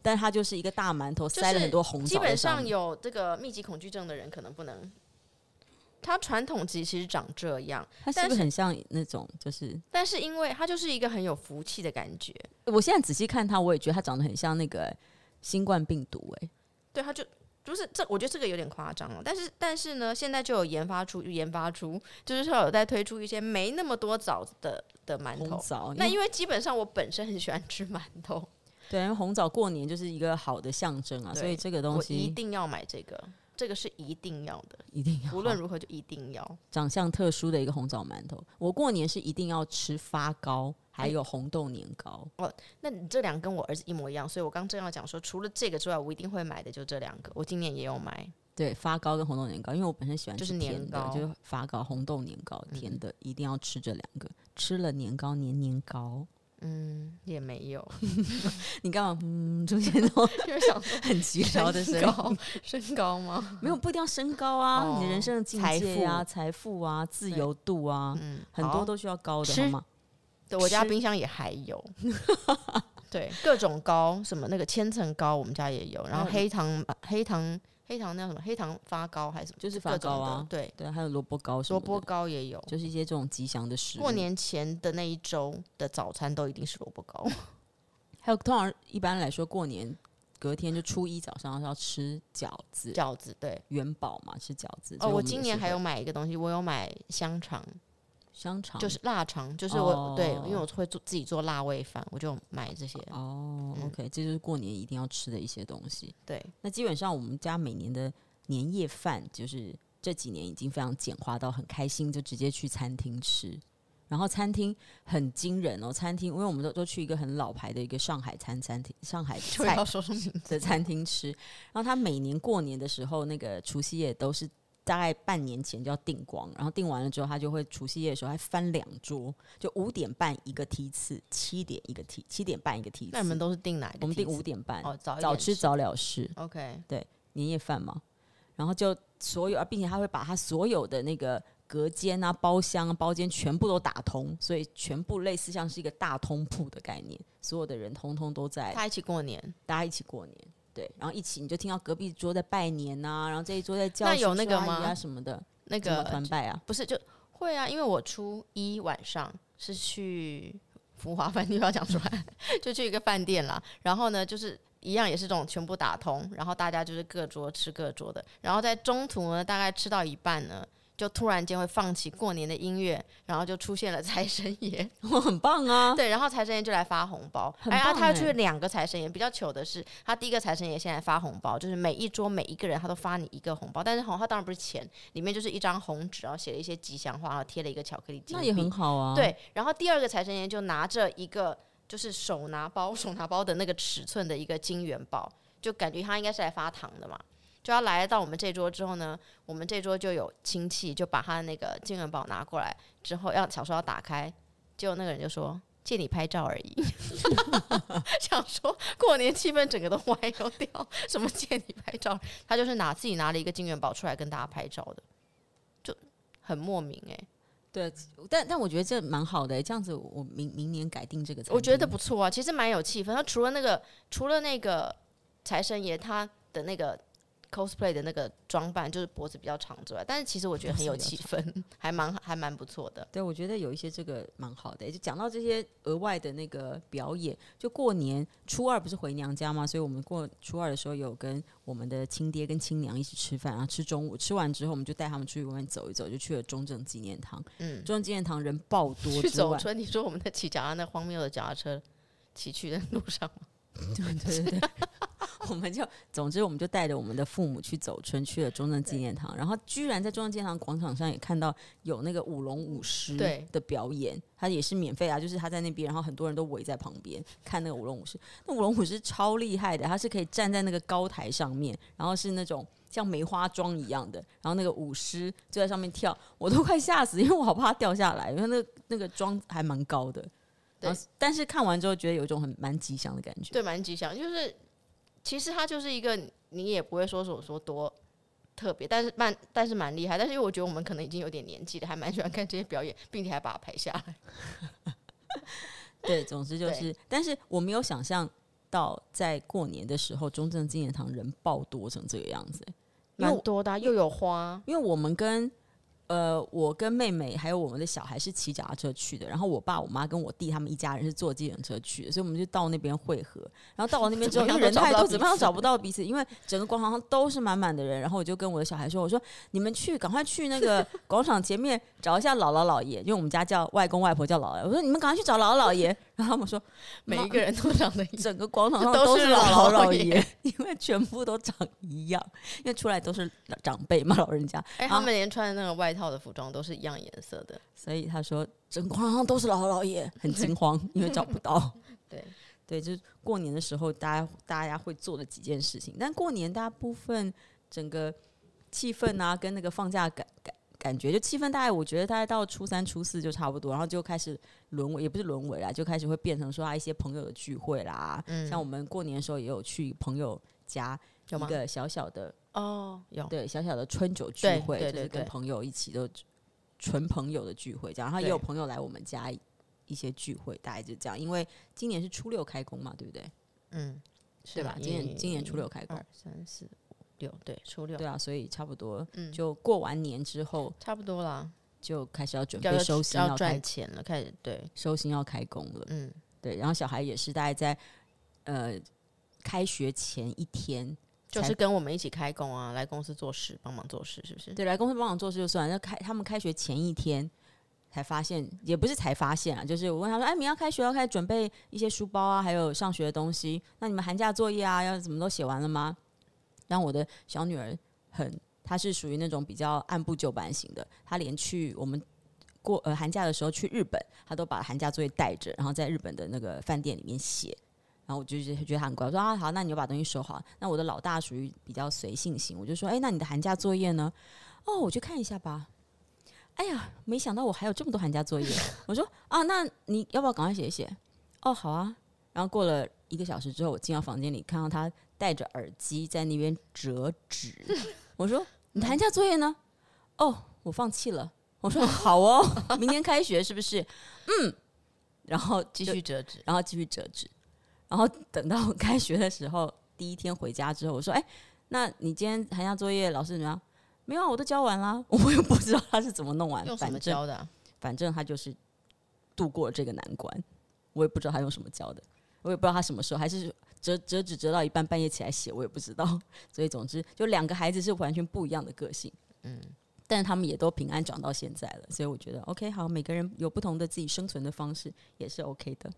[SPEAKER 1] 但它就是一个大馒头，
[SPEAKER 2] 就是
[SPEAKER 1] 塞了很多红
[SPEAKER 2] 基
[SPEAKER 1] 枣在
[SPEAKER 2] 本
[SPEAKER 1] 上
[SPEAKER 2] 上
[SPEAKER 1] 面。
[SPEAKER 2] 有这个密集恐惧症的人可能不能。它传统其实长这样，
[SPEAKER 1] 它是不
[SPEAKER 2] 但
[SPEAKER 1] 是
[SPEAKER 2] 是
[SPEAKER 1] 很像那种？就是
[SPEAKER 2] 但是因为它就是一个很有福气的感觉，
[SPEAKER 1] 我现在仔细看它，我也觉得它长得很像那个、新冠病毒、欸。
[SPEAKER 2] 对，它就就是这，我觉得这个有点夸张了。但是但是呢，现在就有研发出研发出，就是说有在推出一些没那么多枣的的馒
[SPEAKER 1] 红
[SPEAKER 2] 头。
[SPEAKER 1] 枣。
[SPEAKER 2] 那因为基本上我本身很喜欢吃馒头，
[SPEAKER 1] 对，因为红枣过年就是一个好的象征啊，
[SPEAKER 2] 对
[SPEAKER 1] 所以这个东
[SPEAKER 2] 我
[SPEAKER 1] 西
[SPEAKER 2] 一定要买这个，这个是一定要的，
[SPEAKER 1] 一定要
[SPEAKER 2] 无论如何就一定要。
[SPEAKER 1] <laughs> 长相特殊的一个红枣馒头。我过年是一定要吃发糕，
[SPEAKER 2] 哎
[SPEAKER 1] 还有红豆年糕。
[SPEAKER 2] 那你这两跟我儿子一模一样，所以我刚正要讲说，除了这个之外，我一定会买的就这两个。我今年也有买，
[SPEAKER 1] 对，发糕跟红豆年糕，因为我本身喜欢
[SPEAKER 2] 就
[SPEAKER 1] 吃
[SPEAKER 2] 是年
[SPEAKER 1] 甜的，
[SPEAKER 2] 糕嗯
[SPEAKER 1] 就是发糕、红豆年糕，甜的、一定要吃这两个。吃了年糕，年年高。
[SPEAKER 2] 嗯，也没
[SPEAKER 1] <laughs>
[SPEAKER 2] 有，
[SPEAKER 1] 你干嘛？嗯，出现那种
[SPEAKER 2] 就是想说
[SPEAKER 1] 很奇妙的声
[SPEAKER 2] 身
[SPEAKER 1] 音。
[SPEAKER 2] 高，身高
[SPEAKER 1] <laughs>
[SPEAKER 2] 吗？
[SPEAKER 1] 没有，不一定要身高啊，
[SPEAKER 2] 哦
[SPEAKER 1] 你的人生的境
[SPEAKER 2] 财
[SPEAKER 1] 界啊、财富啊、自由度啊，
[SPEAKER 2] 嗯，
[SPEAKER 1] 很多
[SPEAKER 2] 好
[SPEAKER 1] 都需要高的，
[SPEAKER 2] 吃
[SPEAKER 1] 好吗？
[SPEAKER 2] 对，我家
[SPEAKER 1] 吃
[SPEAKER 2] 冰箱也还有，对，各种糕，什么那个千层糕，我们家也有，然后
[SPEAKER 1] 嗯
[SPEAKER 2] 黑糖黑糖黑糖那什么黑糖发糕还是什么，
[SPEAKER 1] 就是
[SPEAKER 2] 各
[SPEAKER 1] 发
[SPEAKER 2] 种
[SPEAKER 1] 糕
[SPEAKER 2] 的，
[SPEAKER 1] 啊，
[SPEAKER 2] 对，
[SPEAKER 1] 对，还有萝卜糕什
[SPEAKER 2] 萝
[SPEAKER 1] 么的，
[SPEAKER 2] 卜糕也有。
[SPEAKER 1] 就是一些这种吉祥的食物。
[SPEAKER 2] 过年前的那一周的早餐都一定是萝卜糕，
[SPEAKER 1] 还有通常一般来说，过年隔天就初一早上要吃饺子，
[SPEAKER 2] 饺子对。
[SPEAKER 1] 元宝嘛，吃饺子。所
[SPEAKER 2] 哦，
[SPEAKER 1] 以
[SPEAKER 2] 我
[SPEAKER 1] 们
[SPEAKER 2] 今
[SPEAKER 1] 也
[SPEAKER 2] 年
[SPEAKER 1] 是
[SPEAKER 2] 还
[SPEAKER 1] 会
[SPEAKER 2] 有买一个东西，我有买香肠，
[SPEAKER 1] 香肠，
[SPEAKER 2] 就是腊肠，就是我、对，因为
[SPEAKER 1] 啊哦
[SPEAKER 2] 我会做自己做腊味饭，我就买这些。
[SPEAKER 1] 哦、
[SPEAKER 2] 嗯
[SPEAKER 1] o k 这就是过年一定要吃的一些东西。 <laughs>
[SPEAKER 2] 对，
[SPEAKER 1] 那基本上我们家每年的年夜饭，就是这几年已经非常简化到很开心，就直接去餐厅吃。然后餐厅很惊人哦，餐厅因为我们都都去一个很老牌的一个上海餐餐厅，上海
[SPEAKER 2] 就
[SPEAKER 1] 菜
[SPEAKER 2] 要说说名
[SPEAKER 1] 的餐厅吃。然后他每年过年的时候，那个除夕夜都是大概半年前就要订光，然后订完了之后，他就会除夕夜的时候还翻两桌，就五点半一个梯次，七点一个梯，七点半一个梯次。
[SPEAKER 2] 那你们都是定哪一个梯子？
[SPEAKER 1] 我们订五点半，
[SPEAKER 2] 哦，早一
[SPEAKER 1] 早
[SPEAKER 2] 点
[SPEAKER 1] 吃早哎了事，
[SPEAKER 2] OK，
[SPEAKER 1] 年夜饭嘛。然后就所有，啊并且他会把他所有的那个隔间啊、包厢啊、包间全部都打通，所以全部类似像是一个大通铺的概念，所有的人通通都在
[SPEAKER 2] 他一起过年，
[SPEAKER 1] 大家一起过年，对，然后一起你就听到隔壁桌在拜年呐、然后这一桌在叫
[SPEAKER 2] 那
[SPEAKER 1] 叔
[SPEAKER 2] 有那
[SPEAKER 1] 叔
[SPEAKER 2] 个
[SPEAKER 1] 阿姨
[SPEAKER 2] 吗
[SPEAKER 1] 啊什么的，
[SPEAKER 2] 那
[SPEAKER 1] 怎么
[SPEAKER 2] 个
[SPEAKER 1] 团拜啊？ <laughs>
[SPEAKER 2] 不是就会啊，因为我初一晚上是去福华饭店，又要 <laughs> 讲出来，就去一个饭店啦。然后呢，就是一样也是这种全部打通，然后大家就是各桌吃各桌的。然后在中途呢，大概吃到一半呢，就突然间会放起过年的音乐，然后就出现了 <laughs> 财神爷。
[SPEAKER 1] 我很棒啊！
[SPEAKER 2] 对，然后财神爷就来发红包，
[SPEAKER 1] 很
[SPEAKER 2] 哎呀，
[SPEAKER 1] 棒
[SPEAKER 2] 他要
[SPEAKER 1] 欸
[SPEAKER 2] 去两个财神爷。比较糗的是，他第一个财神爷先来发红包，就是每一桌每一个人他都发你一个红包，但是红他当然不是钱，里面就是一张红纸，然后写了一些吉祥话，然后贴了一个巧克力金
[SPEAKER 1] 那也很
[SPEAKER 2] 币
[SPEAKER 1] 好啊。，
[SPEAKER 2] 对，然后第二个财神爷就拿着一个就是手拿包 <laughs> 手拿包的那个尺寸的一个金元宝，就感觉他应该是来发糖的嘛。就要来到我们这桌之后呢，我们这桌就有亲戚就把他的那个金元宝拿过来之后，要想说要打开，结果那个人就说。借你拍照而已， <laughs> 想说过年气氛整个都歪掉掉，什么借你拍照？他就是拿自己拿了一个金元宝出来跟大家拍照的，就很莫名哎、
[SPEAKER 1] 但但我觉得这蛮好的、欸这样子我明明年改定这个餐厅，
[SPEAKER 2] 我觉得不错啊，其实蛮有气氛。他除了那个，除了那个财神爷他的那个 cosplay 的那个装扮，就是脖子比较长之外，但是其实我觉得很有气氛，还蛮还蛮不错的。
[SPEAKER 1] 对，我觉得有一些这个蛮好的、就讲到这些额外的那个表演，就过年初二不是回娘家嘛，所以我们过初二的时候有跟我们的亲爹跟亲娘一起吃饭，然后吃中午，吃完之后我们就带他们出去外面走一走，就去了中正纪念堂。
[SPEAKER 2] 嗯，
[SPEAKER 1] 中正纪念堂人爆多
[SPEAKER 2] 去
[SPEAKER 1] 之
[SPEAKER 2] 走
[SPEAKER 1] 外，
[SPEAKER 2] 村，你说我们在骑脚踏那荒谬的脚踏车骑去的路上吗，
[SPEAKER 1] 对对对 <laughs> 对，我们就总之我们就带着我们的父母去走春，去了中正纪念堂，然后居然在中正纪念堂广场上也看到有那个舞龙舞狮
[SPEAKER 2] 对
[SPEAKER 1] 的表演，它也是免费啊，就是他在那边，然后很多人都围在旁边看那个舞龙舞狮。那舞龙舞狮超厉害的，它是可以站在那个高台上面，然后是那种。像梅花桩一样的，然后那个舞狮就在上面跳，我都快吓死，因为我好怕它掉下来，因为那个那个桩还蛮高的。然后
[SPEAKER 2] 对
[SPEAKER 1] 但是看完之后觉得有一种很蛮吉祥的感觉。
[SPEAKER 2] <laughs> 对，蛮吉祥。就是其实它就是一个，你也不会说说说多。特别，但是蛮但是蛮厉害，但是因为我觉得我们可能已经有点年纪了，还蛮喜欢看这些表演，并且还把它拍下来。
[SPEAKER 1] 对，总之就
[SPEAKER 2] 对
[SPEAKER 1] 是，但是我没有想象到在过年的时候，中正纪念堂人爆多成这个样子、因为
[SPEAKER 2] 蛮
[SPEAKER 1] 我
[SPEAKER 2] 多的啊、又有花，
[SPEAKER 1] 因为我们跟呃，我跟妹妹还有我们的小孩是骑脚踏车去的，然后我爸、我妈跟我弟他们一家人是坐计程车去的，所以我们就到那边汇合。然后到了那边之后，
[SPEAKER 2] 怎
[SPEAKER 1] 因
[SPEAKER 2] 么样
[SPEAKER 1] 为人
[SPEAKER 2] 都找不
[SPEAKER 1] 太
[SPEAKER 2] 到
[SPEAKER 1] 多，
[SPEAKER 2] 彼
[SPEAKER 1] 怎么样
[SPEAKER 2] 此
[SPEAKER 1] 找不到彼此？因为整个广场上都是满满的人。然后我就跟我的小孩说：“我说你们去，赶快去那
[SPEAKER 2] <laughs>
[SPEAKER 1] 个广场前面找一下姥姥姥爷，因为我们家叫外公外婆叫姥姥。我说你们赶快去找姥姥姥爷。”然后他们说：“
[SPEAKER 2] 每
[SPEAKER 1] 妈
[SPEAKER 2] 一个人都长 <laughs> 得一样。
[SPEAKER 1] 整个广场上
[SPEAKER 2] 都
[SPEAKER 1] 都
[SPEAKER 2] 是
[SPEAKER 1] 是
[SPEAKER 2] 姥
[SPEAKER 1] 姥
[SPEAKER 2] 姥
[SPEAKER 1] 姥
[SPEAKER 2] 姥爷
[SPEAKER 1] 爷，因为全部都长一样，因为出来都是长辈嘛，老人家，
[SPEAKER 2] 哎、
[SPEAKER 1] 啊
[SPEAKER 2] 他们连穿的那个外套的服装都是一样颜色的。
[SPEAKER 1] 所以他说整个广场上都是姥姥姥爷，很惊慌，因为找不到。
[SPEAKER 2] <laughs> 对，
[SPEAKER 1] 对，就是过年的时候，大家大家会做的几件事情，但过年大部分整个气氛啊，跟那个放假感感感觉，就气氛大概我觉得大概到初三、初四就差不多，然后就开始沦为，也不是沦为啦，就开始会变成说啊一些朋友的聚会啦，
[SPEAKER 2] 嗯
[SPEAKER 1] 像我们过年的时候也有去朋友家。
[SPEAKER 2] 有
[SPEAKER 1] 一
[SPEAKER 2] 吗？
[SPEAKER 1] 个小小的
[SPEAKER 2] 哦，有。
[SPEAKER 1] 对小小的春酒聚
[SPEAKER 2] 对
[SPEAKER 1] 会，
[SPEAKER 2] 对
[SPEAKER 1] 就是
[SPEAKER 2] 对
[SPEAKER 1] 跟
[SPEAKER 2] 对
[SPEAKER 1] 朋友一起都纯朋友的聚会这样，然后也
[SPEAKER 2] 对
[SPEAKER 1] 有朋友来我们家一些聚会，大概就这样。因为今年是初六开工嘛，对不对？
[SPEAKER 2] 嗯，
[SPEAKER 1] 对吧？今年今年初六开工
[SPEAKER 2] 二，三四五六，嗯对，初六，
[SPEAKER 1] 对啊，所以差不多
[SPEAKER 2] 嗯，
[SPEAKER 1] 就过完年之后
[SPEAKER 2] 差不多啦，
[SPEAKER 1] 就开始要准
[SPEAKER 2] 要
[SPEAKER 1] 备收心，
[SPEAKER 2] 要
[SPEAKER 1] 要
[SPEAKER 2] 赚
[SPEAKER 1] 开
[SPEAKER 2] 钱了，开始对，
[SPEAKER 1] 收心要开工了。
[SPEAKER 2] 嗯，
[SPEAKER 1] 对，然后小孩也是大概在呃开学前一天
[SPEAKER 2] 就
[SPEAKER 1] 才
[SPEAKER 2] 是跟我们一起开工啊，来公司做事，帮忙做事，是不是？
[SPEAKER 1] 对，来公司帮忙做事就算了。那开他们开学前一天才发现，也不是才发现啊，就是我问他说：“哎，明天要开学，要开始准备一些书包啊，还有上学的东西。那你们寒假作业啊，要怎么都写完了吗？”然后我的小女儿很，她是属于那种比较按部就班型的，她连去我们。过呃寒假的时候去日本，她都把寒假作业带着，然后在日本的那个饭店里面写。然后我就觉得觉得他很乖，我说啊好，那你就把东西收好。那我的老大属于比较随性型，我就说，哎，那你的寒假作业呢？哦，我去看一下吧。哎呀，没想到我还有这么多寒假作业。 <laughs> 我说啊，那你要不要赶快写一写？哦，好啊。然后过了一个小时之后，我进到房间里，看到他戴着耳机在那边折纸。我说你的寒假作业呢？哦，我放弃了。我说好哦，明天开学是不是？嗯，然后
[SPEAKER 2] 继
[SPEAKER 1] 就
[SPEAKER 2] 续折纸。
[SPEAKER 1] 然后继续折纸。然后等到开学的时候，第一天回家之后，我说：“哎，那你今天寒假作业老师怎么样？”没有啊，我都交完啦。 <laughs> 我又不知道他是怎么弄完，
[SPEAKER 2] 用什
[SPEAKER 1] 反
[SPEAKER 2] 么
[SPEAKER 1] 正
[SPEAKER 2] 教的啊、
[SPEAKER 1] 反正他就是度过了这个难关。我也不知道他用什么教的，我也不知道他什么时候还是折折纸折到一半，半夜起来写，我也不知道。所以总之，就两个孩子是完全不一样的个性。嗯，但是他们也都平安长到现在了，所以我觉得 OK，好，每个人有不同的自己生存的方式，也是 OK 的。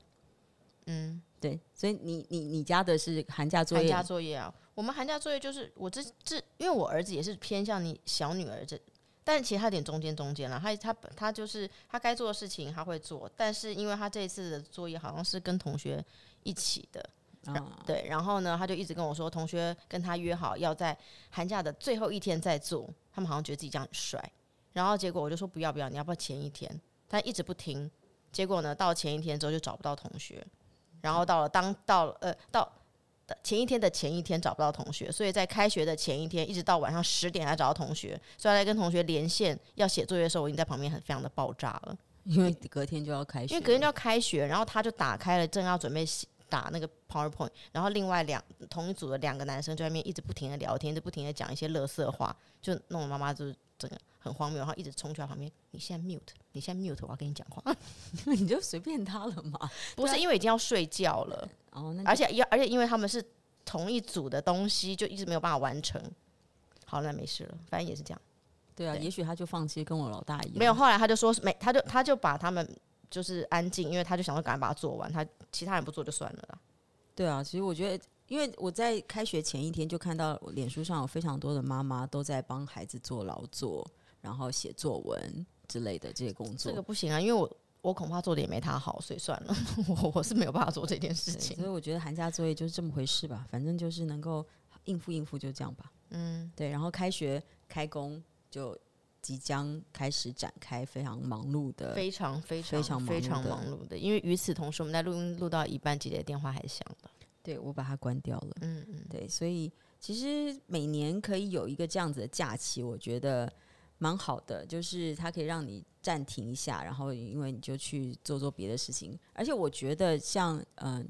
[SPEAKER 2] 嗯，
[SPEAKER 1] 对，所以你你你家的是寒假作
[SPEAKER 2] 寒
[SPEAKER 1] 业
[SPEAKER 2] 假，作业啊，我们寒假作业就是我这这，因为我儿子也是偏向你小女儿这，但其实他有点中间中间了，他他他就是他该做的事情他会做，但是因为他这一次的作业好像是跟同学一起的，
[SPEAKER 1] 啊，
[SPEAKER 2] 对，然后呢，他就一直跟我说，同学跟他约好要在寒假的最后一天再做，他们好像觉得自己这样很帅。然后结果我就说不要不要，你要不要前一天？他一直不听。结果呢，到前一天之后就找不到同学，然后到了当到了呃到前一天的前一天找不到同学，所以在开学的前一天一直到晚上十点才找到同学。所以他在跟同学连线要写作业的时候，我已经在旁边很非常的爆炸了。
[SPEAKER 1] 因为隔天就要开学了，
[SPEAKER 2] 因为隔天就要开学，然后他就打开了，正要准备写打那个 PowerPoint，然后另外两同一组的两个男生就在那边一直不停的聊天，一直不停的讲一些乐色话，就弄我妈妈就是整个很荒谬，然后一直冲去她旁边，你现在 mute，你现在 mute，我要跟你讲话， <laughs>
[SPEAKER 1] <laughs> 你就随便他了嘛。
[SPEAKER 2] 不是因为已经要睡觉了，
[SPEAKER 1] 哦，啊那
[SPEAKER 2] 而且要而且因为他们是同一组的东西，就一直没有办法完成。好，那没事了，反正也是这样。
[SPEAKER 1] 对啊，
[SPEAKER 2] 对
[SPEAKER 1] 也许他就放弃，跟我老大一样。
[SPEAKER 2] 没有，，后来他就说没，他就他就把他们就是安静，因为他就想说赶快把它做完，他其他人不做就算了啦。
[SPEAKER 1] 对啊，其实我觉得，因为我在开学前一天就看到脸书上有非常多的妈妈都在帮孩子做劳作，然后写作文之类的这些工作。
[SPEAKER 2] 这个不行啊，因为我我恐怕做的也没他好，所以算了， <laughs> 我我是没有办法做这件事
[SPEAKER 1] 对 <laughs>
[SPEAKER 2] 情
[SPEAKER 1] 所。以我觉得寒假作业就是这么回事吧，反正就是能够应付应付就这样吧。嗯，对。然后开学开工就即将开始展开非常忙碌的
[SPEAKER 2] 非常非常
[SPEAKER 1] 非常忙
[SPEAKER 2] 非常
[SPEAKER 1] 碌的
[SPEAKER 2] 忙碌的，因为与此同时，我们在录音录到一半，姐姐的电话还响了。
[SPEAKER 1] 对我把它关掉了。
[SPEAKER 2] 嗯嗯，
[SPEAKER 1] 对，所以其实每年可以有一个这样子的假期，我觉得蛮好的，就是它可以让你暂停一下，然后因为你就去做做别的事情。而且我觉得像嗯、呃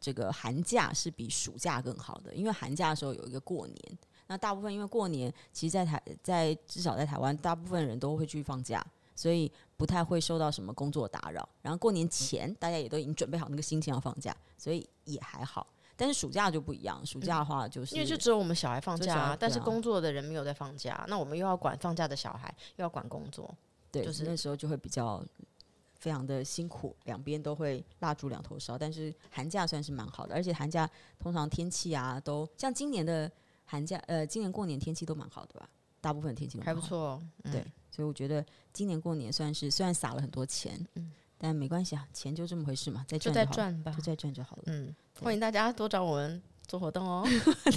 [SPEAKER 1] 这个寒假是比暑假更好的，因为寒假的时候有一个过年。那大部分因为过年，其实在台在至少在台湾，大部分人都会去放假，所以不太会受到什么工作打扰。然后过年前，大家也都已经准备好那个心情要放假，所以也还好。但是暑假就不一样，暑假的话就是、
[SPEAKER 2] 因为就只有我们小孩放
[SPEAKER 1] 就
[SPEAKER 2] 假、
[SPEAKER 1] 小
[SPEAKER 2] 啊
[SPEAKER 1] 孩，
[SPEAKER 2] 但是
[SPEAKER 1] 对啊
[SPEAKER 2] 工作的人没有在放假，那我们又要管放假的小孩，又要管工作。
[SPEAKER 1] 对，
[SPEAKER 2] 就是
[SPEAKER 1] 那时候就会比较非常的辛苦，两边都会蜡烛两头烧。但是寒假算是蛮好的，而且寒假通常天气啊都像今年的寒假，呃，今年过年天气都蛮好的吧，大部分天气都
[SPEAKER 2] 还
[SPEAKER 1] 蛮
[SPEAKER 2] 不
[SPEAKER 1] 好的。
[SPEAKER 2] 错哦，嗯
[SPEAKER 1] 对所以我觉得今年过年算是虽然撒了很多钱，但没关系啊，钱就这么回事嘛，再
[SPEAKER 2] 嗯就
[SPEAKER 1] 赚
[SPEAKER 2] 在
[SPEAKER 1] 好了，
[SPEAKER 2] 赚吧
[SPEAKER 1] 就。再赚就
[SPEAKER 2] <laughs>
[SPEAKER 1] 好了。
[SPEAKER 2] 嗯，欢迎大家多找我们做活
[SPEAKER 1] <laughs>
[SPEAKER 2] 动哦，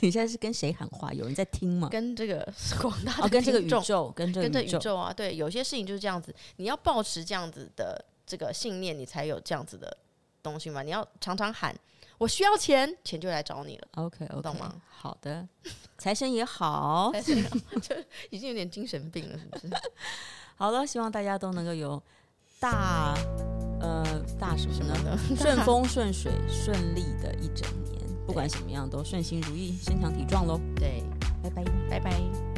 [SPEAKER 1] 你现在是跟谁喊话？有人在听吗？
[SPEAKER 2] 跟这个广大的
[SPEAKER 1] 哦，跟这个
[SPEAKER 2] 听
[SPEAKER 1] 宇
[SPEAKER 2] 众
[SPEAKER 1] 宙，跟这
[SPEAKER 2] 跟
[SPEAKER 1] 个
[SPEAKER 2] 着
[SPEAKER 1] 宇
[SPEAKER 2] 宇
[SPEAKER 1] 宙，
[SPEAKER 2] 宙啊，对，有些事情就是这样子，你要保持这样子的这个信念，你才有这样子的东西嘛。你要常常喊“我需要钱”，钱就来找你了， <laughs>
[SPEAKER 1] OK OK，
[SPEAKER 2] 懂吗？
[SPEAKER 1] 好的，财神也好，
[SPEAKER 2] 才这样 <laughs> 就已经有点精神病了，是不是？
[SPEAKER 1] 好了，希望大家都能够有大呃大什么
[SPEAKER 2] 什么
[SPEAKER 1] 呢？
[SPEAKER 2] 的， <laughs>
[SPEAKER 1] <laughs> 顺风顺水、顺利的一整年，不管什么样都顺心如意、身强体壮喽！
[SPEAKER 2] 对，
[SPEAKER 1] 拜拜。
[SPEAKER 2] 拜拜。